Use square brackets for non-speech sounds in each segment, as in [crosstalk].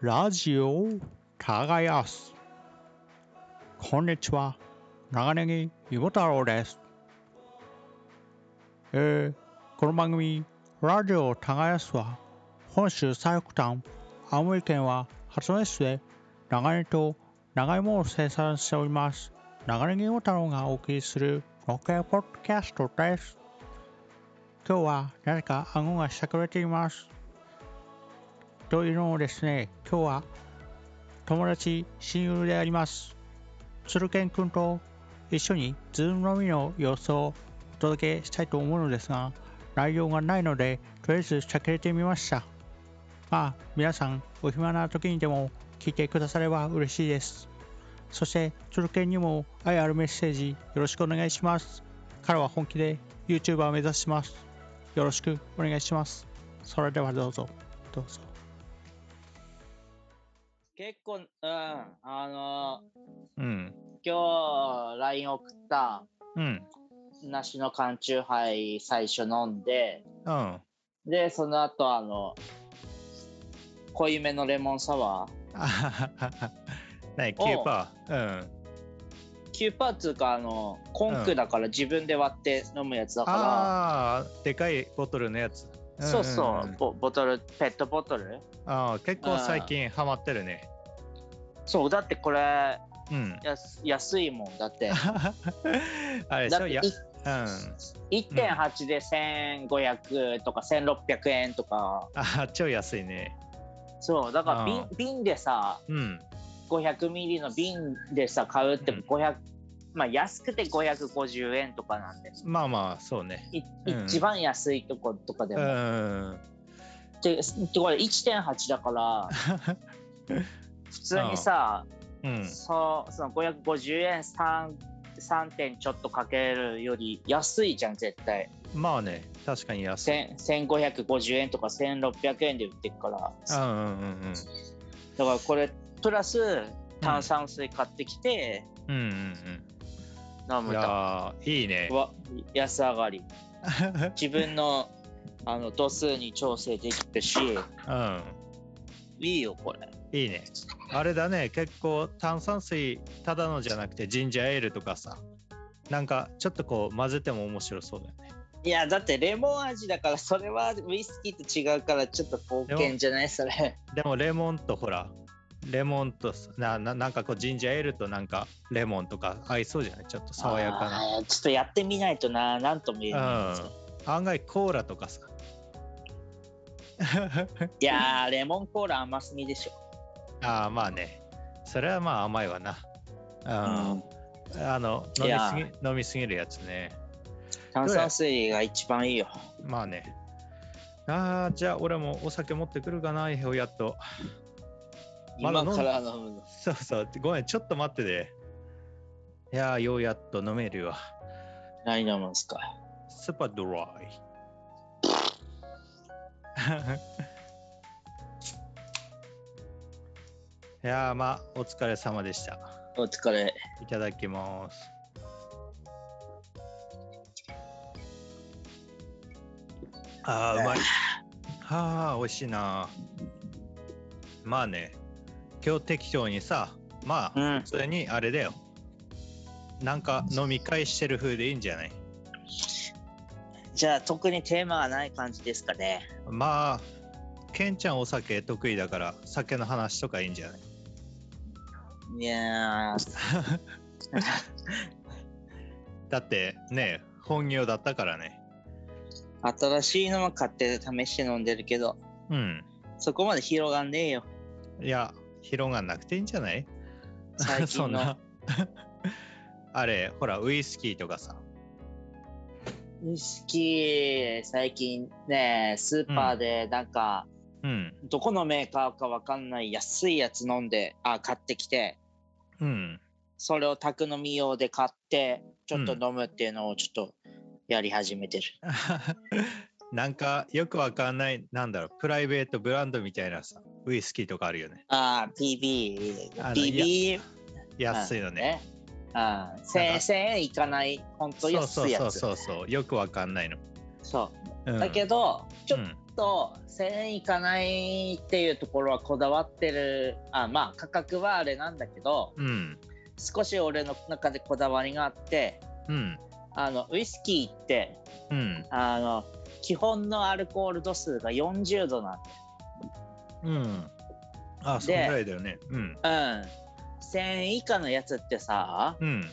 ラジオを耕す。こんにちは。長ネギゆご太郎です。えー、この番組、ラジオを耕すは、本州最北端、青森県は八戸市で、長ネギと長芋を生産しております。長ネギゆご太郎がお送りするロケポッドキャストです。今日は何か顎がしゃくれています。というのをですね、今日は友達、親友であります、鶴健くんと一緒にズームのみの様子をお届けしたいと思うのですが、内容がないので、とりあえずしゃくれてみました。まあ、皆さん、お暇な時にでも聞いてくだされば嬉しいです。そして、鶴健にも愛あるメッセージよろしくお願いします。彼は本気で YouTuber を目指します。よろしくお願いします。それではどうぞ、どうぞ。結構、うん、あのうん。今日 LINE 送ったうん。梨の缶チューハイ最初飲んでうん。でその後あの濃いめのレモンサワあはははね、キおうューパー。うん。ー9パーつうかあのコンクだから自分で割って飲むやつだかああー、でかいボトルのやつ。ら、そうそんんうんボボトルペットボトルああ、結構最近ハマってるね。そうだってこれ [laughs] うん。安安いもんだっ [laughs] てあれでしょだっいてや、いうん。あ1.8で1500とか1600円とかー超安いね。そうだからあ瓶瓶でさうん。 500ミリの瓶でさ買うってうん500、まあ安くて550円とかなんでまあまあ、そうね。いうん一番安いとことかでうも、ん。でこれ1.8だから普通にさ、うん。そその550円 3, 3点ちょっとかけるより安いじゃん絶対まあね、確かに安い。 1000 1550円とか1600円で売ってるからうんうんうんうん。だからこれプラス炭酸水買ってきてうんうん飲うん。むいと、やー、いいね。わ安上がり [laughs] 自分のあの度数に調整できるしうん。いいよこれいいね。あれだね、結構炭酸水ただのじゃなくてジンジャーエールとかさ、なんかちょっとこう混ぜても面白そうだよね。いやだってレモン味だからそれはウイスキーと違うからちょっと冒険じゃないそれでもレモンとほら、レモンとさなななんかこうジンジャーエールとなんかレモンとか合いそうじゃないちょっと爽やかあーちょっとやってみないとななんとも言えない、な。うん。案外コーラとかさ。 [laughs] いやーレモンコーラ甘すぎでしょああまあね。それはまあ甘いわな。うん。あの飲いみやすぎ飲みすぎるやつね。炭酸水が一番いいよまあね。ああ、じゃあ俺もお酒持ってくるかな、えほやっと。ま今だ飲んから飲むのそうそう、ごめん、ちょっと待ってで。いやー、ようやっと飲めるわ。何飲むんすかスーパードライ。 [laughs] いやー、まあ、お疲れ様でした。お疲れいただきます。ああ、うまい。はあ、美味しいな。まあね、今日適当にさ、まうあ、んそれにあれだよ。なんか飲み会してる風でいいんじゃないじゃあ特にテーマがない感じですかねまあ、ケンちゃんお酒得意だから、酒の話とかいいんじゃないいやー [laughs] だってね、本業だったからね。新しいのは買って試して飲んでるけどうん。そこまで広がんね [laughs] えよいや、広がんなくていいんじゃない最そ近 [laughs] んのな [laughs] あれほらウイスキーとかさウイスキー最近ねスーパーでなんか、うんどこのメーカーかわかんない安いやつ飲んであ買ってきてうん [laughs] それを宅飲み用で買ってちょっとうん飲むっていうのをちょっとやり始めてる、なんかよくわかんないなんだろうプライベートブランドみたいなさウイスキーとかあるよねああ PB あの PB 安いのねあなあ1000んか円1000円いかない本当そうそ安うそいやうつそうそうよくわかんないの、そううん、だけど、ちょうんと1000円いかないっていうところはこだわってるあまあ価格はあれなんだけどうん。少し俺の中でこだわりがあってうん。あのウイスキーってうん。あの基本のアルコール度数が40度なんうん。あ、そんぐらいだよね。うん。うん1000円以下のやつってさうん。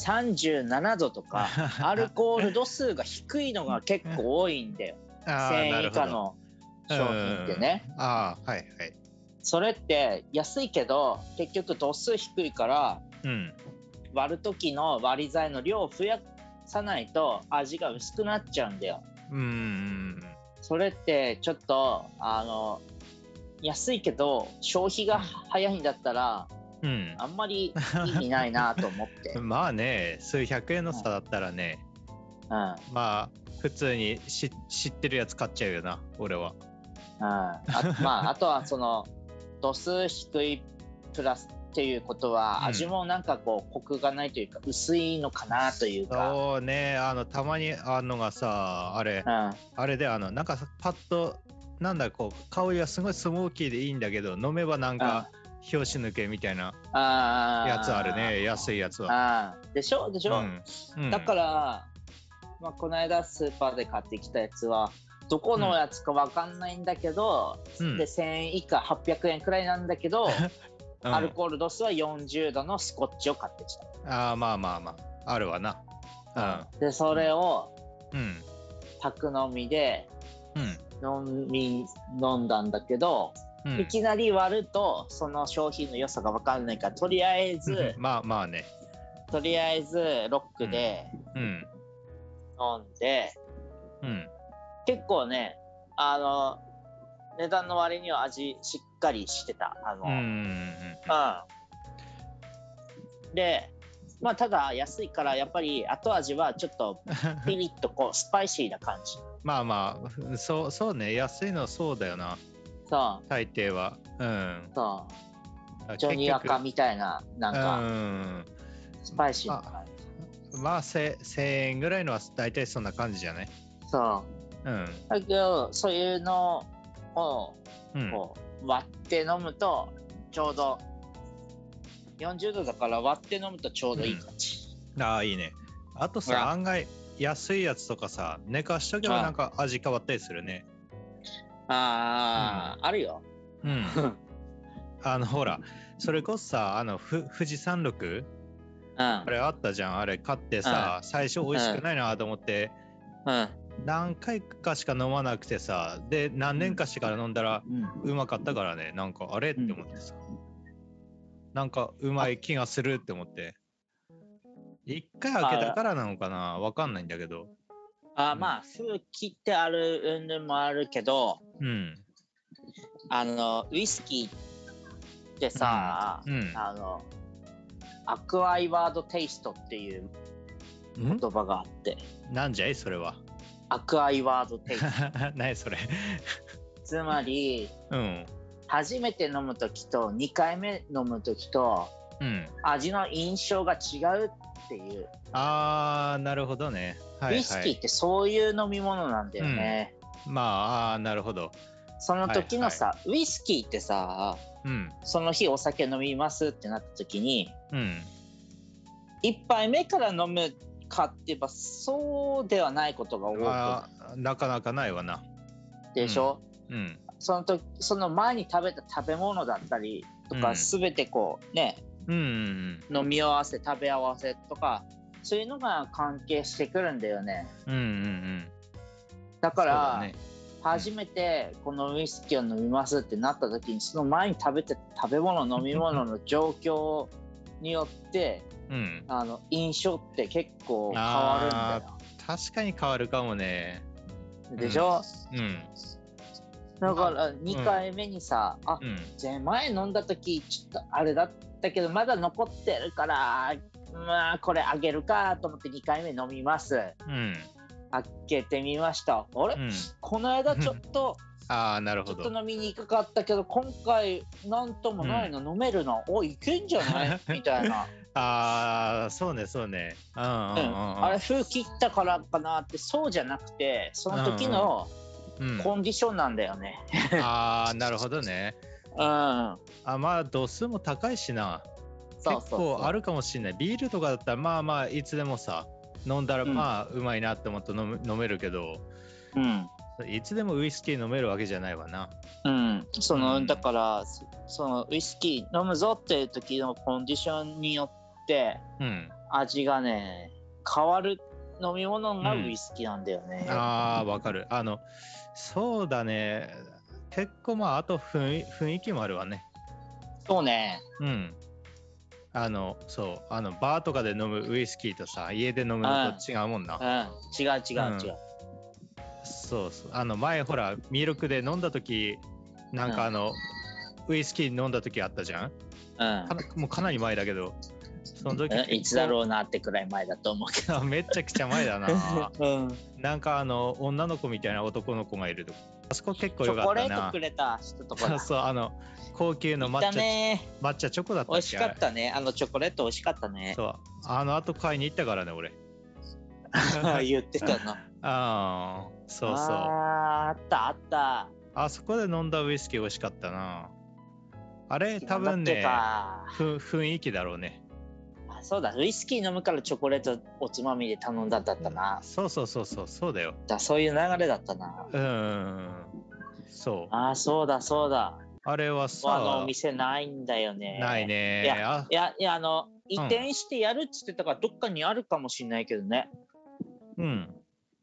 37度 [laughs] とかアルコール度数が低いのが結構多いんだよ [laughs] あ1000ー円以下。の商品ってねうんああ、はいはい。それって安いけど結局度数低いからうん。割る時の割り剤の量を増やさないと味が薄くなっちゃうんだようん。それってちょっとあの安いけど消費が早いんだったらうん。あんまり意味ないなと思って、 [laughs] うん、まあね、数百円の差だったらね、うんまあ、普通にし知ってるやつ買っちゃうよな、俺は。あまああとはその度数低いプラスっていうことうんは味もなんかこうコクがないというか薄いのかなというか、そうね、あの、たまにあんのがさ、あれう、ん、あれで、あの、なんかパッと、なんだこう、香りはすごいスモーキーでいいんだけど、飲めばなんか、拍子抜けみたいなあーやつあるね、安いやつは。あーでしょでしょ、うん、だからら、まあ、この間スーパーで買ってきたやつはどこのやつかわかんないんだけど、うんで1000円以下800円くらいなんだけど、 [laughs] うんアルコール度数は40度のスコッチを買ってきああ、まあまあまあ、あるわな。た、でそれをうん。うん。宅飲みでうん。飲み飲んだんだけど、うんいきなり割るとその商品の良さが分かんないからとりあえずまあまあね。とりあえずロックでうん。飲んで、うん。結構ねあの値段の割には味しっかりしてたあの、うんうんうんうんでまあただ安いからやっぱり後味はちょ [laughs] っとうん。ピリッとこうスパイシーな感じまあまあ、そう、そうね、安いのはそうだよな、そ大抵は。うんう。そだからうジョニー結局赤みたいななんかうん。スパイシーな感じ、まあ、せ1000円ぐらいのは大体そんな感じじゃないそううん。だけどそういうのをうん。こう割って飲むとちょうど40度だから割って飲むとちょうどいい感じ、ああ、いいね。あとほさ、ら案外、安いやつとかさ、寝かしとけばなんか味変わったりするね。ああ、あるよ [laughs] うん。うんあの、ほら、それこそさ、あの、ふ富士山麓うんあれあったじゃん。あれ買ってさ、最初美味しくないなと思って、うん何回かしか飲まなくてさで何年かしてから飲んだらうまかったからねなんかあれって思ってさ、なんかうまい気がするって思って一回開けたからなのかなわかんないんだけどあーまあ風紀ってあるうんぬんもあるけどうんあのウイスキーってさ、うんあのアクアイワードテイストっていうん言葉があってなんじゃいそれは [laughs] アクアイワードテイスト何それつまりうん初めて飲む時と2回目飲む時とうん味の印象が違うっていう、あーなるほどねはい、はい、ウイスキーってそういう飲み物なんだよね、まああーなるほどその時のさ、ウイスキーってさうんその日お酒飲みますってなった時にうん1杯目から飲むかって言えばそうではないことが多くなあーなかなかないわなるでしょ、うんその時その前に食べた食べ物だったりとか、うん全てこうねうんうん飲み合わせ食べ合わせとかそういうのが関係してくるんだよねうんうんうんだそかうらだね初めてこのウイスキーを飲みますってなった時にその前に食べて食べ物飲み物の状況によってうんあの印象って結構変わ確かに変わるかもね。るんだよでしょ、うん。だから2回目にさ、あうん。前前飲んだ時ちょっとあれだったけどまだ残ってるからまあこれあげるかと思って2回目飲みますうん。開けてみましたあれ、うん、この間ちょっとああ、なるちょほっとど。飲みにくかったけど今回なんともないの、飲めるのおいけんじゃない [laughs] みたいな、ああ、そうね、そうね。うんうんうんううんん、あれ風切ったからかなってそうじゃなくてその時のうん、コンディションなんだよね。ああなるほどねうん。あまあ度数も高いしなそう結そう構そあう。るかもしれないビールとかだったらまあまあいつでもさ飲んだらうんまあうまいなって思って飲む飲めるけどうん。いつでもウイスキー飲めるわけじゃないわなうん。その、うんだから、そそのウイスキー飲むぞっていう時のコンディションによってうん味がね、変わる飲み物がウイスキーなんだよね。あーわかるあのそうだね結構まああと雰囲雰囲気もあるわねそうね。うんあのそうあのバーとかで飲むウイスキーとさ家で飲むのと違うもんなうん。違う違う違う。そうそうあの前ほらミルクで飲んだ時なんかあの、ウイスキー飲んだ時あったじゃんうんか。なもうかなり前だけどその時うん [laughs] いつだうろうなってくらい前だと思うけ [laughs] めっちゃくちゃ前だ [laughs] など。うん。なんかあの女の子みたいな男の子がいるとこあそこ結構チ良ョかコっレたートなくれた人とかそうだ。 [laughs] そうあの高級の行っ抹た茶ね抹茶チョコだった美っ味しけかったね。あのチョコレート美味しかったね。そうあの後買いに行ったからね [laughs] 俺言ってたの。ああそうそうああーあったあった。そこで飲んだウイスキー美味しかったなあれ多分なんねだっけかふ雰囲気だろうねあそうだ、ウイスキー飲むからチョコレートおつまみで頼んだんだったな。そうそうそうそうそうだよだそういう流れだったな。うーんそうあーそうだそうだ。あれはあのさお店ないんだよね。ない。ねいあいやいやあの移転してやるっつってたからどっかにあるかもしれないけどね。うん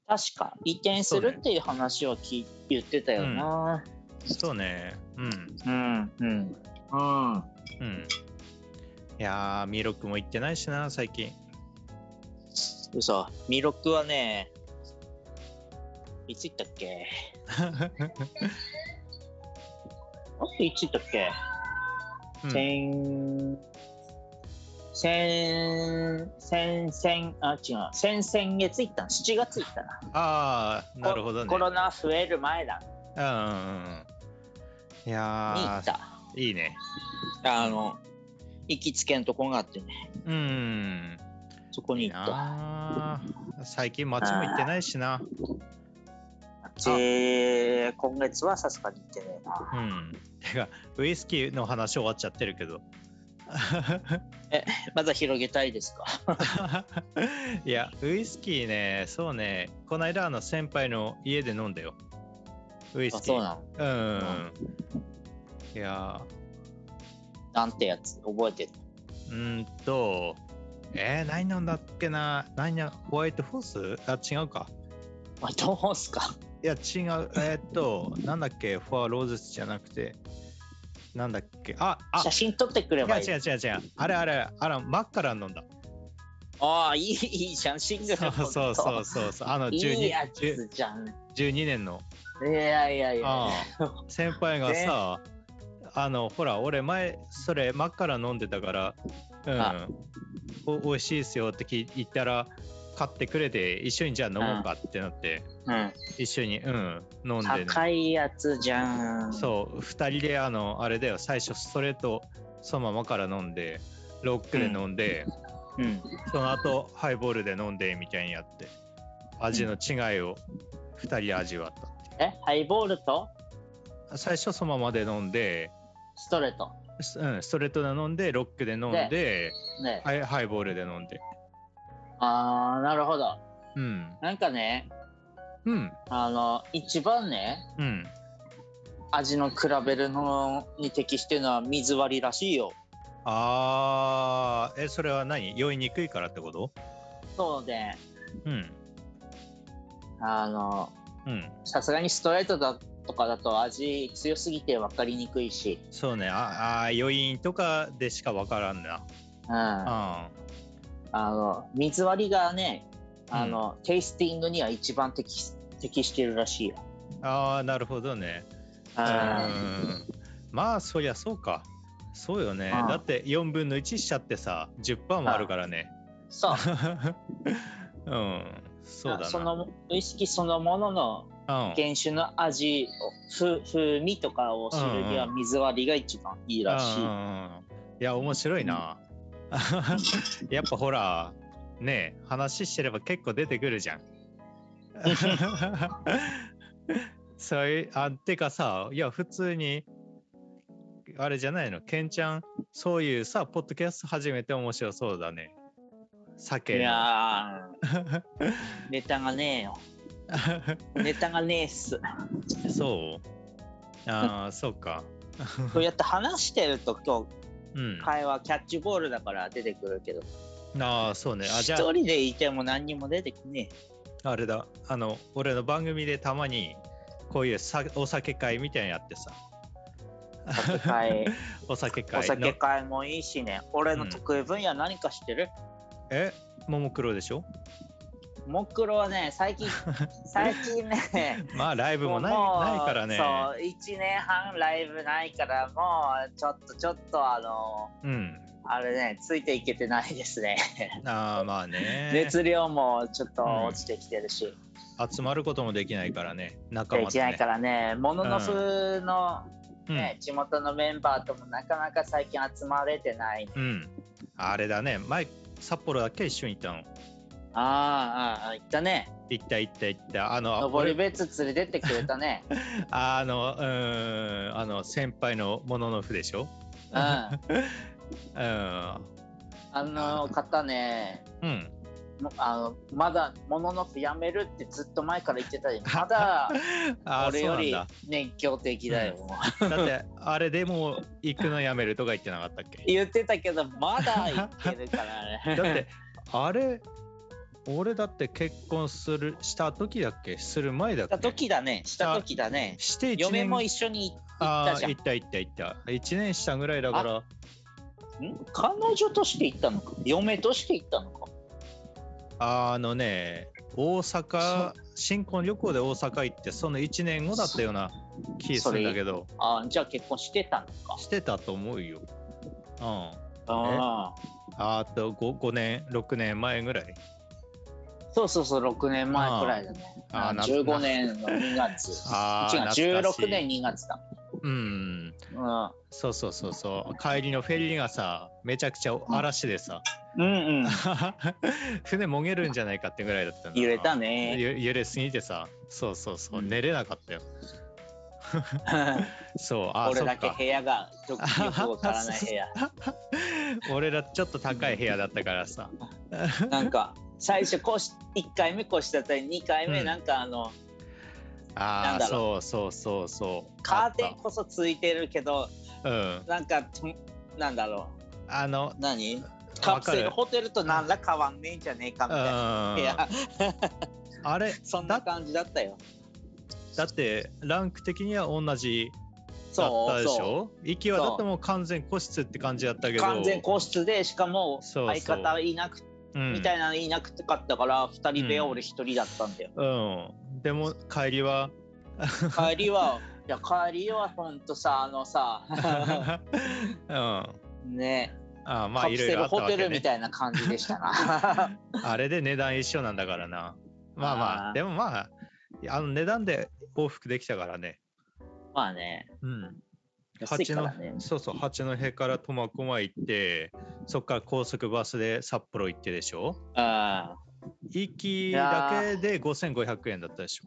確か移転するっていう話を聞い言ってたよな。そうねうんうんうんうん。うんいやーミロックも行ってないしな最近嘘ミロクはねいつ行ったっけ [laughs] あいつ行ったっけ、うん先先先先あ違う先々月行ったの7月行ったなああなるほどねココロナ増える前だにうんうんうんい行やったーいいねあの行きつけのとこがあってねうんそこに行ったなあ最近街も行ってないしなで今月はさすがに行ってねえなうんてかウイスキーの話終わっちゃってるけど [laughs] まだ広げたいですかいやウイスキーねそうねこないだあの先輩の家で飲んだよウイあスキそうーなのうんうんうんいやなんてやつ覚えてるうーんとえー、何飲んだっけな何やホワイトホースあ違うかあどうすかいや違うえー、っとなんだっけフォアローズじゃなくてなんだっけああ写真撮ってくれいやばいい違う違う違うあれあれあれマッカラン飲ん [laughs] だああいいいい写真がそうそうそうそうそうあの [laughs] いいや 12, 10つじゃんい12年のやいやいやあ [laughs] あ先輩がさ、あのほら俺前それ真っ赤ら飲んでたから、あうん、おおいしいですよって聞い言ったら買ってくれて一緒にじゃあ飲もうかってなってう一緒にうん飲んんで、ね、高いやつじゃんそう2人であのあれだよ最初ストレートそのままから飲んでロックで飲んで、う、ん、その後ハイボールで飲んでみたいにやって味の違いを2人で味わったっていえハイボールとう最初そのままで飲んでストレートすうん、ストレートで飲んでロックで飲んでねハイハイボールで飲んでああなるほどうんなんかねうんあの一番ねうん味の比べるのに適してるのは水割りらしいよあーえそれは何酔いにくいからってことそうでうんあのうんさすがにストレートだとかだと味強すぎて分かりにくいしそうねああー余韻とかでしかわからんなうんああの水割りがねあの、テイスティングには一番適し適してるらしいよ。ーあーなるほどねううんんまあそりゃそうかそうよねうんだって4分の1しちゃってさ10%もあるからねそう [laughs] うんそうだそなのウイスキーそのもののうん原酒の味をふ風味とかを知るにはう水割りが一番いいらしい。うんうんうんいや面白い [laughs] なやっぱほらね [laughs] え話してれば結構出てくるじゃんそれあてかさいや普通にあれじゃないのケンちゃんそういうさポッドキャスト始めて面白そうだねい酒のや [laughs] ーネタがねえよ。ネタがねえっす。そうああそうかこうやって話してると今うん日会話キャッチボールだから出てくるけど、ああそうねあ一じゃあ人でいても何にも出てきねあれだあの俺の番組でたまにこういうさお酒会みたいなのやってさ [laughs] え。酒会お酒お会酒の会もいいしね。俺の得意分野何かしてる、えももクロでしょもくろはね、最 [laughs] 近、最近ね、まあライブもないもうないからねそう、1年半ライブないから、もうちょっとちょっとあの、うんあれね、ついていけてないですね。ああまあね熱量もちょっと落ちてきてるし。集まることもできないからね仲間でときないねからね、もののふの、うねん地元のメンバーともなかなか最近集まれてない。うんあれだね前札幌だっけ一緒に行ったのああ、ああ、行ったね。行った行った行ったあの登別連れてってくれたね。俺あのうーんあの先輩のもののふでしょうん。あうんうんの方ね、うんもあのまだもののふやめるってずっと前から言ってたり、まだあー俺そうよなんりだ熱狂的だよ。もう [laughs] [laughs] だってあれでもう行くのやめるとか言ってなかったっけ言ってたけど、まだ言ってる [laughs] からだっね。てあれ俺だって結婚するした時だっけする前だっしたけ時だね、した時だね。して1嫁年も一緒に行ったあじゃあん行。った行った行った1年したぐらいだからん彼女として行ったのか嫁として行ったのかあのね大阪新婚旅行で大阪行ってその1年後だったような気するんだけどあじゃあ結婚してたのかしてたと思うようんああと 5, 5年6年前ぐらいあそうそうそう6年前くらいだねあああな15年の2月 [laughs] あー違懐うかしい16年2月だうんうそうそうそうそう帰りのフェリーがさめちゃくちゃ嵐でさ、 [laughs] んうんうん船もげるんじゃないかってぐらいだったんだ揺れたねゆ揺れすぎてさそうそうそう、うん寝れなかったよそうあ [laughs] 俺だけそっか部屋が独力わからない部屋俺らちょっと高い部屋だったからさなんか最初こうし1回目こうしたたり2回う目んなんかあの、なあんあだそろうそうそうそうカーテンこそついてるけどンうんなんかとなんだろあのう何カプセルわかホテルと何ら変わんねえんじゃねえかみたいなるう部ん屋あれそんな感じだったよ。だってランク的には同じだっそたうでしそょ息はだってもう完全個室って感じだったけう。ど完全個室でしかもそうそう相方いなくうんみたいなのいなくてかったから2人部屋うん俺1人だったんだよ。うんでも帰り [laughs] は帰りはいや帰りはほんとさあ [laughs] のさうんあねあまカあプいろいセろあルったホわテけルみねたいな感じでしたな。 [laughs] あれで値段一緒なんだから [laughs] なまあまああーでもまああの値段で往復できたからねまあねうん安い八かのらね。そうそう八戸から苫小牧行ってそっから高速バスで札幌行ってでしょあ行きだけで5500円だったでしょ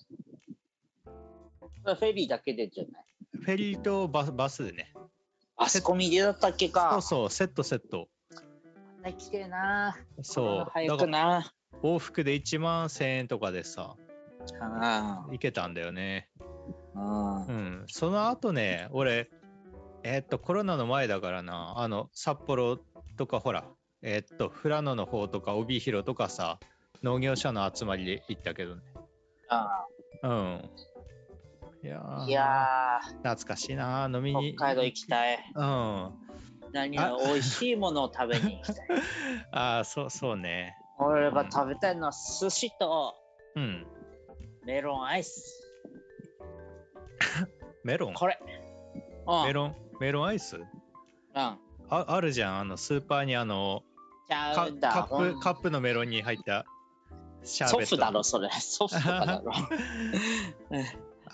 あフェリーだけでじゃない。フェリーとバスバスでねあそこ見でだったっけそかう。そうセットセットあんな綺麗な。そう早だかくらな。往復で1万1000円とかでさあ行けたんだよねあう。んその後ね俺えーっとコロナの前だからなあの札幌とかほらえーっと富良野の方とか帯広とかさ農業者の集まりで行ったけどねあうん。いやあーいや懐かしいなー飲みーに。北海道行きたい。うん。あ何が美味しいものを食べに行き [laughs] たい。あー、そうそうね。俺が食べたいのは寿司とうん。メロンアイス。メロン。これ。うん。メン。ロン。メロンアイスうん。ああるじゃん。あのスーパーにあのちゃカうんだ。カッうプんカップのメロンに入ったシャー祖ベット。父だろ、それ。祖父とか [laughs] だろ。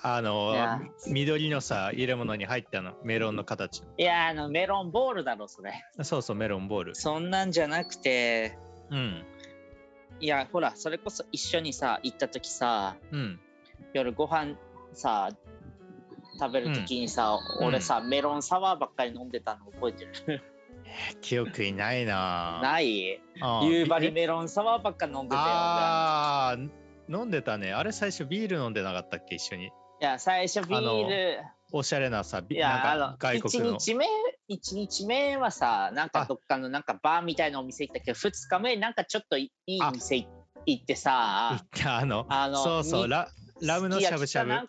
あのいや緑のさ入れ物に入ったのメロンの形いやー、あの、メロンボールだろ、それ。そうそうメロンボールそんなんじゃなくて、うんいや、ほら、それこそ一緒にさ、行った時さ、うん夜ご飯さ食べる時にさ、うん俺さメロンサワーばっかり飲んでたの覚えてる、記憶いないなないあー夕張メロンサワーばっか飲んでたよあー飲んでたねあれ最初ビール飲んでなかったっけ一緒にいや最初ビあのールおしゃれなさいビやあなのんか外国の1日目一日目はさなんかあどっかのなんかバーみたいなお店行ったけど2日目なんかちょっといいいあ店い行ってさあのあのそうそうにララムのしゃぶしゃぶす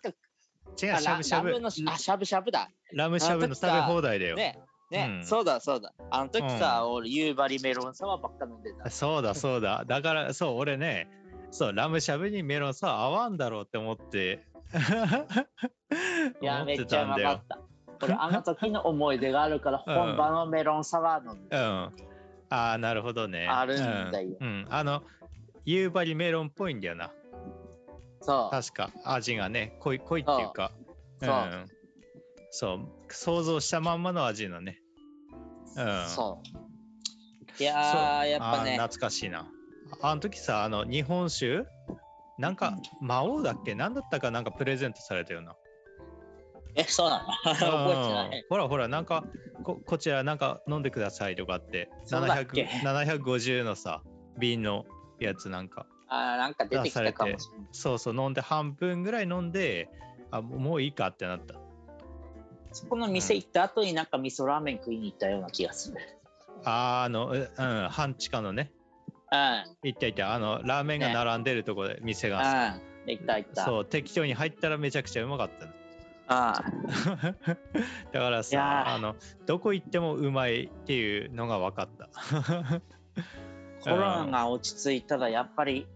き焼きか違なんかうしゃぶしゃあラぶラムのしあしゃぶしゃぶだラムしゃぶの食べ放題だよ、ねね、うんそうだそうだあの時さ、俺夕張メロンサワーばっか飲ん [laughs] でたそうだそう [laughs] だだからそう俺ねそうラムしゃぶにメロンさ合わんだろうって思ってい [laughs] や思めってっちたゃうんまだかよった俺あの時の思い出があるから本場のメロンサワー飲んでうんああなるほどねあるんだようん、うんあの夕張メロンっぽいんだよなそう確か味がね濃い濃いっていうか、そうそうんそう想像したまんまの味のねうんそう。いやー、やっぱあーね、懐かしいなああの時さあの日本酒なんか魔王だっけ何だったかなんかプレゼントされたようなえ、そうなの [laughs] 覚えてなうんい。ほらほらなんかここちらなんか飲んでくださいとかあってそうだっけ700 750のさ瓶のやつなんかあーなんか出てきたかもしれない。そうそう飲んで半分ぐらい飲んであもうもういいかってなったそこの店行った後になんか味噌ラーメン食いに行ったような気がする。あーあのううん半地下のねうん、うん。行った行ったあのラーメンがね並んでるとこで店がさ、行った行った。そう適当に入ったらめちゃくちゃうまかったのあだからいやーさあのどこ行ってもうまいっていうのが分かった [laughs] ーコロナが落ち着いたらやっぱり、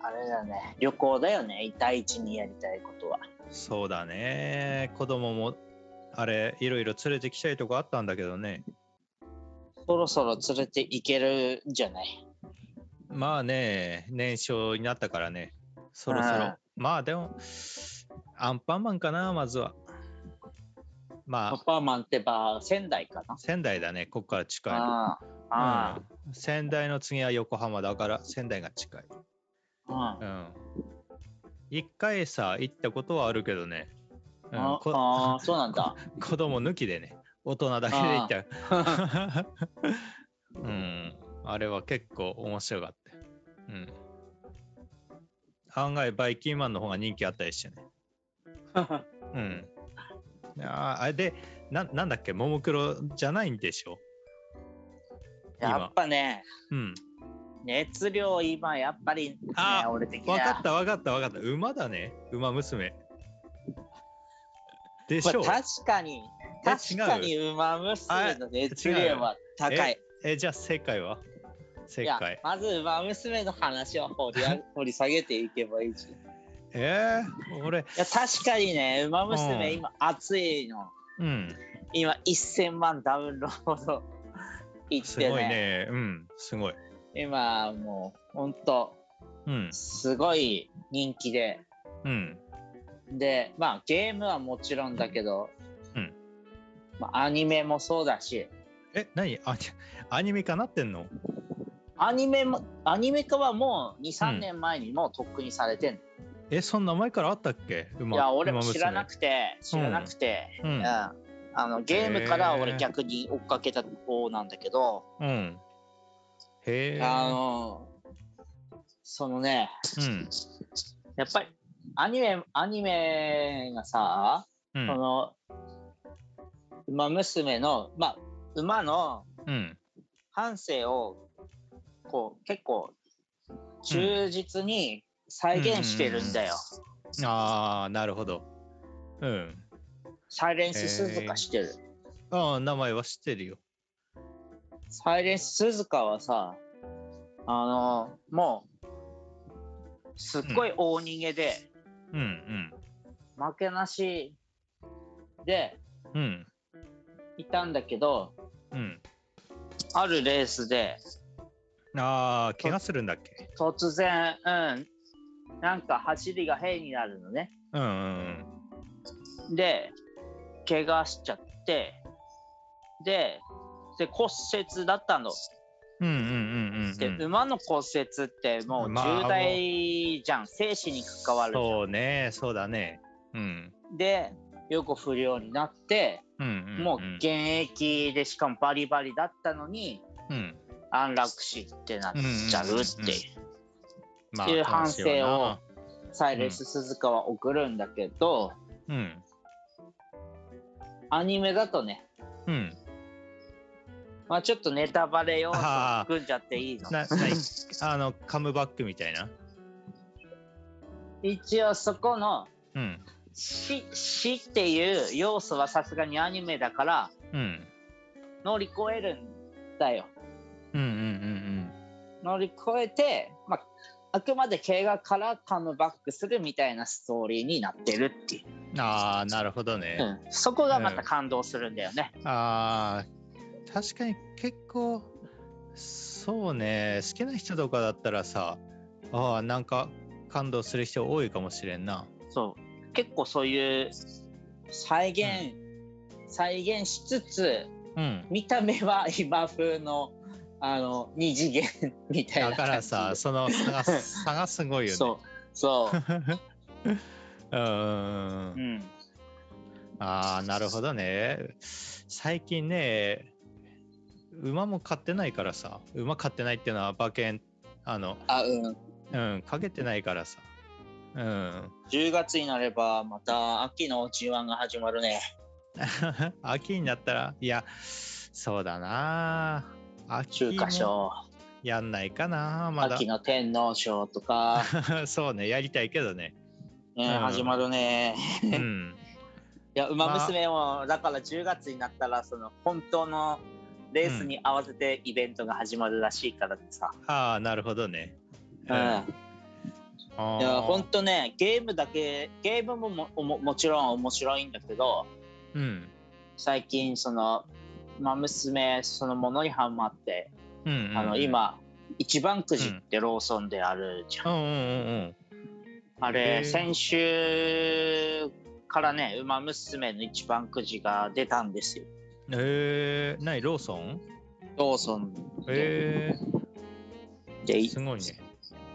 あれだね、旅行だよね、第一にやりたいことは。そうだね子供もあれいろいろ連れてきたいとこあったんだけどねそろそろ連れて行けるんじゃないまあね年少になったからねそろそろまあでもアンパンマンかなまずはまパあパーマンってば、仙台かな仙台だねこっから近いのああ、あうん仙台の次は横浜だから仙台が近いあ、うん一回さ行ったことはあるけどね、ううんん、あこ [laughs] あー、そうなんだ。子供抜きでね大人だけで行 [laughs] ったうんあれは結構面白かったようん案外バイキンマンの方が人気あったり [laughs] してねうんあーあれでななんだっけももクロじゃないんでしょ今やっぱね、うん熱量今やっぱり、ね、あ俺的にわはかったわかったわかった馬だね馬娘でしょまあ確かにえ確かに馬娘の熱量は高いえじゃあ正解は正いや解まず馬娘の話を掘 [laughs] りあ掘り下げていけばいいしいえー、俺や確かにね馬う娘ん今熱いのうん今1000万ダウンロードいっすてごいねねうんすごい今もうほんとうんすごい人気でうんでまあゲームはもちろんだけど、うんまあ、アニメもそうだしえ何アニアニメ化なってんのアニメもアニメ化はもうう23ん年前にもうとっくにされてん、えそんな前からあったっけ馬いや俺も馬娘知らなくて知らなくて、ううんんあのゲームからへ俺ー逆に追っかけた方なんだけど、うんへえあのそのねうんやっぱりアニメアニメがさ、うそんの馬娘のまあ馬のうん半生をこう結構忠実に再現してるんだよ。ああなるほどうんサイレンス鈴鹿してる。ああ名前は知ってるよサイレンス鈴鹿はさ、あのもう、すっごい大逃げで、うん負けなしでうんうんいたんだけど、うんあるレースで、ああ怪我するんだっけ突然、うん、なんか走りが変になるのね。うんうんで、怪我しちゃって、で、で骨折だったの、うんうんうんうんでうん馬の骨折ってもう重まあ大じゃん、生死に関わるじゃんそうねそうだねうんでよく不良になって、うんうんもう現役でしかもバリバリだったのにうん安楽死ってなっちゃうっていうまっていう反省を悲しいわサイレンス鈴鹿は送るんだけど、なうんアニメだとね、うんまあ、ちょっとネタバレをあー含んじゃっていいの [laughs] なないあのカムバックみたいな一応そこのうん死死っていう要素はさすがにアニメだからうん乗り越えるんだようんうんうん乗り越えて、まあ、あくまで怪我からカムバックするみたいなストーリーになってるっていう、うんああなるほどね、うん、そこがまた感動するんだよね、あー確かに結構そうね好きな人とかだったらさあーなんか感動する人多いかもしれんなそう結構そういう再現、再現しつつうん見た目は今風のあの二次元みたいなだ感じからさその差が差がすごいよねそうそうう、ー [laughs] うんん、ああなるほどね最近ね馬も買ってないからさ馬買ってないっていうのは馬券あのあうんうんかけてないからさうん [laughs] 10月になればまた秋の G1 が始まるね秋になったらいやそうだな秋中華も賞、やんないかなまだ秋の天皇賞と [laughs] か、そうねやりたいけど [laughs] ねねうん始まるねうんいや馬娘もだから10月になったらその本当のレースに合わせてイベントが始まるらしいからさ、ああなるほどねうんあいーや本当ねゲームだけゲームももももちろん面白いんだけどうん最近その馬娘そのものにハマって、うんうんうんあの今一番くじってローソンであるじゃん、うんうんうんあへれー先週からね馬娘の一番くじが出たんですようんえー、ないローソンローソンで,、えでー、すごいね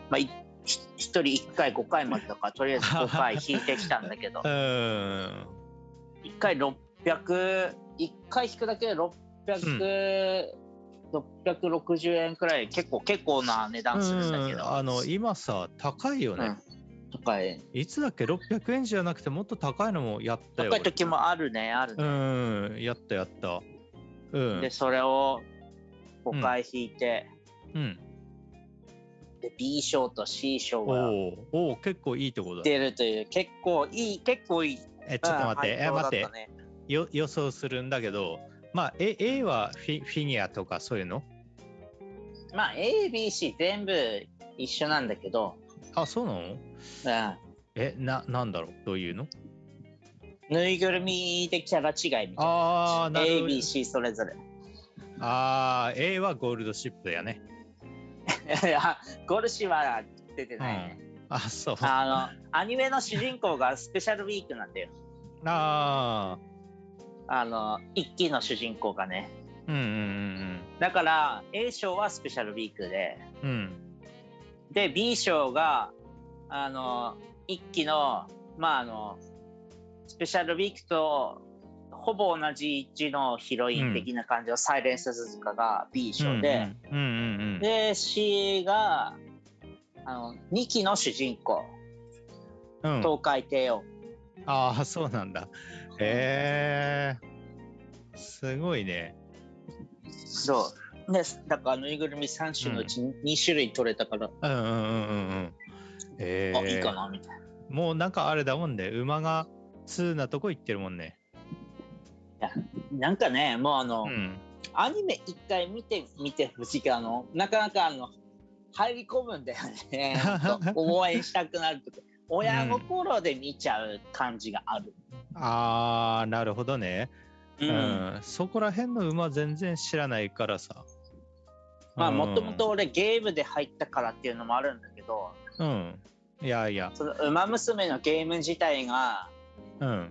まあ、いひ一人一回5回までだからとりあえず5回引いてきたんだ [laughs] けどうん一回600一回引くだけで600、660円くらい結構結構な値段するんだけうんど、あの今さ高いよね、うん高いいつだっけ600円じゃなくてもっと高いのもやったよ高い時もあるねあるうね、ん、やったやった。うん。でそれを5回引いて、うん、で B 賞と C 賞おがーおー、結構いいとこだ。出るという結構いい結構いいえ、ちょっと待って、え、うん待っ配当てだた、ねよ予想するんだけど、まあ、A, A はフィフィギュアとかそういうのまあ ABC 全部一緒なんだけど、あ、そうなのうん、え、な、なんだろうどういうのぬいぐるみでキャラ違いみたいな。ああ、なるほど。 ABC それぞ [laughs] れ。ああ、A はゴールドシップやね。いやゴルシは出てないね。あ、そう。ああのアニメの主人公がスペシャルウィークなんだよ。ああの一期の主人公がね。ー、うんうんだから A 賞はスペシャルウィークで、うんうん。うん。で B 賞があの一期のまああのスペシャルウィークとほぼ同じ字のヒロイン的な感じの、サイレンス鈴鹿が B 賞で。うんうんうんうん。で C があの2期の主人公うん、東海帝王、ああ、そうなんだ。へえ。すごいね。そうでだからぬいぐるみ3種のうち2種類取れたから、うんうんうんうんうん。えあいいかなみたいもうなんかあれだもんね、馬が通なとこ行ってるもんね。ななんかねもうあの、うん。アニメ1回見て見てほしいけどあのなかなかあの入り込むんだよ [laughs] ねほんと応援したくなるとか親心で見ちゃう感じがある、ああ、なるほどね、ううんん。そこら辺の馬全然知らないからさ。まあうんもともと。俺ゲームで入ったからっていうのもあるんだけどうん。いやいや。その「ウマ娘」のゲーム自体がうん。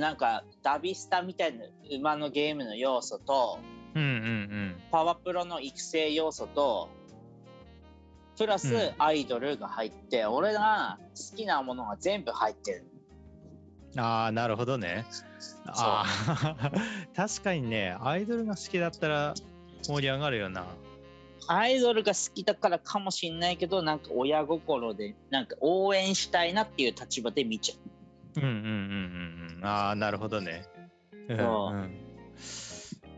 なんかダビスタみたいな馬のゲームの要素とうんうんパワプロの育成要素とプラスうんアイドルが入って、俺が好きなものが全部入ってるああなるほどねああ [laughs] 確かにねアイドルが好きだったら盛り上がるよなアイドルが好きだからかもしんないけどなんか親心でなんか応援したいなっていう立場で見ちゃうんうんうんうんうんああなるほどねうん、そううん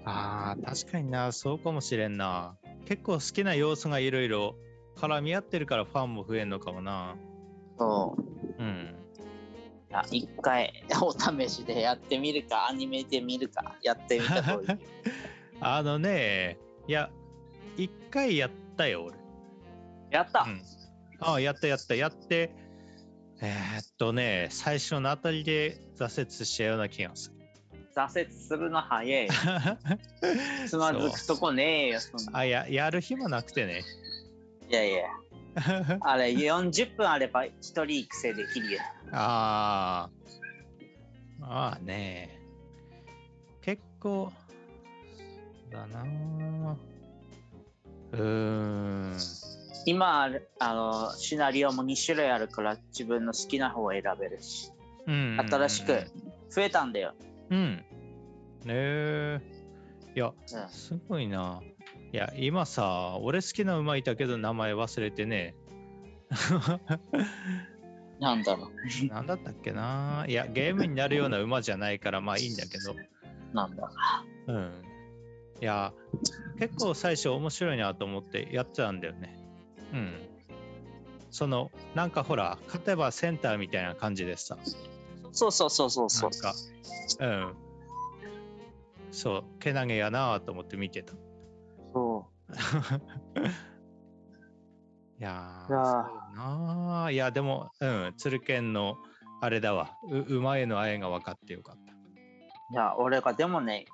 ああ確かになそうかもしれんな結構好きな要素がいろいろ絡み合ってるからファンも増えんのかもなうそううんいや一回お試しでやってみるかアニメで見るかやってみたと [laughs] あのねいや一回やったよ俺やった、うんああやったやったやってえー、っとね最初のあたりで挫折したような気がする挫折するの早 [laughs] いよつまずくそうとこねえよそんなあややる暇なくてねいやい [laughs] やあれ40分あれば一人育成できるよああ。まあね。結構、そうだなあ。うーん。今あるあのシナリオも2種類あるから自分の好きな方を選べるしうんうんうん新しく増えたんだよ、うん。ねえ。いや、うんすごいな。いや、今さ、俺好きな馬いたけど名前忘れてね。なんだろうなんだったっけな。いや、ゲームになるような馬じゃないから、まあいいんだけど。なんだうん。いや、結構最初面白いなと思ってやってたんだよね。うん。その、なんかほら、勝てばセンターみたいな感じでさ。そうそうそうそうなそんうか、うん。そう、けなげやなと思って見てた。そいやーいやーそうだなーいや、でも、うん、鶴剣の、あれだわ、う馬への愛が分かってよかった。ういや俺がでもね、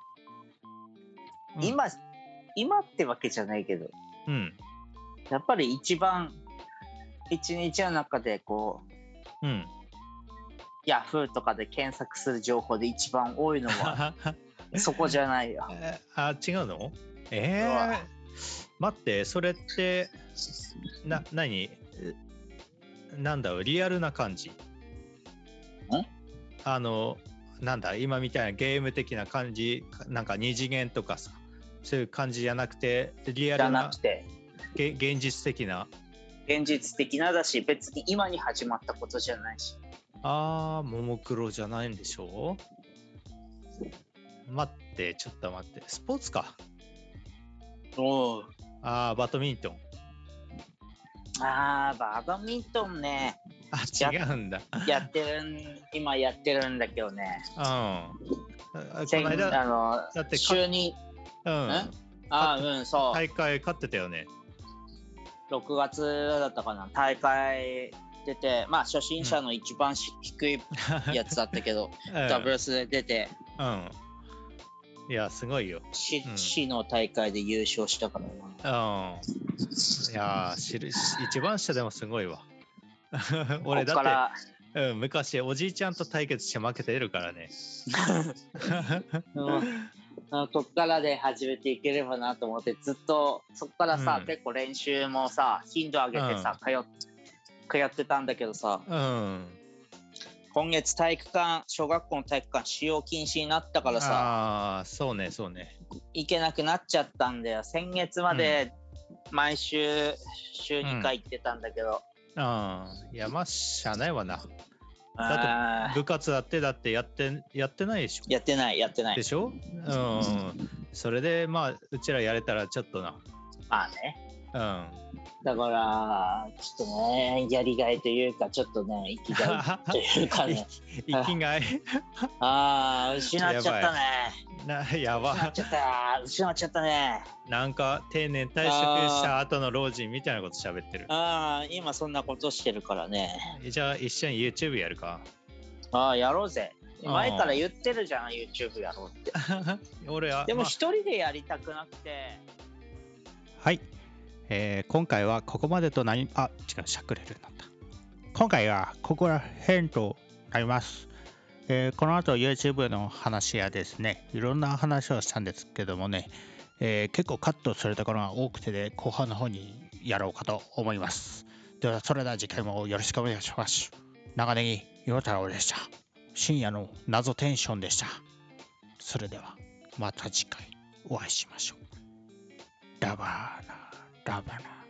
うん、今今ってわけじゃないけどうん、やっぱり一番一日の中でこううん。ヤフーとかで検索する情報で一番多いの [laughs] はそこじゃないよえーあ違うのえー、待ってそれってな何えなんだろうリアルな感じんあのなんだ今みたいなゲーム的な感じかなんか二次元とかさそういう感じじゃなくてリアじゃルななくてげ現実的な現実的なだし別に今に始まったことじゃないしあーももクロじゃないんでしょう待ってちょっと待ってスポーツかおあーバドミントンあーバドミントン [laughs] ねあや違うんだやってるん今やってるんだけどねうん。あこ先のあ間、のだってか週にうんん、あーうんそう、大会勝ってたよね。 6月だったかな大会出てまあ初心者の一番し低いやつだったけど、うんダブルスで出てうん。いや、すごいよ。市うん市の大会で優勝したからうん。ないやー、知る一番下でもすごいわ。 [laughs] 俺ここだからって、うん、昔おじいちゃんと対決して負けてるからね。うんあこっからで始めていければなと思ってずっとそこからさ、うん結構練習もさ頻度上げてさ、通っ通ってたんだけどさうん。今月体育館小学校の体育館使用禁止になったからさああー、そうね、そうね。行けなくなっちゃったんだよ先月まで毎週週2回行ってたんだけど、うん。いや、まあ、しゃあないわな。あー部活だって、だってやって、やってないでしょ。やってないやってないでしょうん。それで、まあ、うちらやれたらちょっとな。まあねうん。だからちょっとねやりがいというかちょっとね生きが [laughs] いというかね生きがい [laughs] ああ失っちゃったねな、や失ば [laughs] っ。ちゃった失っちゃったねなんか定年退職した後の老人みたいなこと喋ってる。ああ今そんなことしてるからねじゃあ一緒に YouTube やるか。ああやろうぜあー前から言ってるじゃん YouTube やろうって俺は、でもまあ一人でやりたくなくてはい、えー今回はここまでとなりあ違うしゃくれるようになった今回はここら辺となります、えーこの後 YouTube の話やですねいろんな話をしたんですけどもね、えー結構カットするところが多くてで後半の方にやろうかと思います。では、それでは次回もよろしくお願いします。長ネギ、よ太郎でした。深夜の謎テンションでした。それでは、また次回お会いしましょう。ラバーナ、ラバーナ。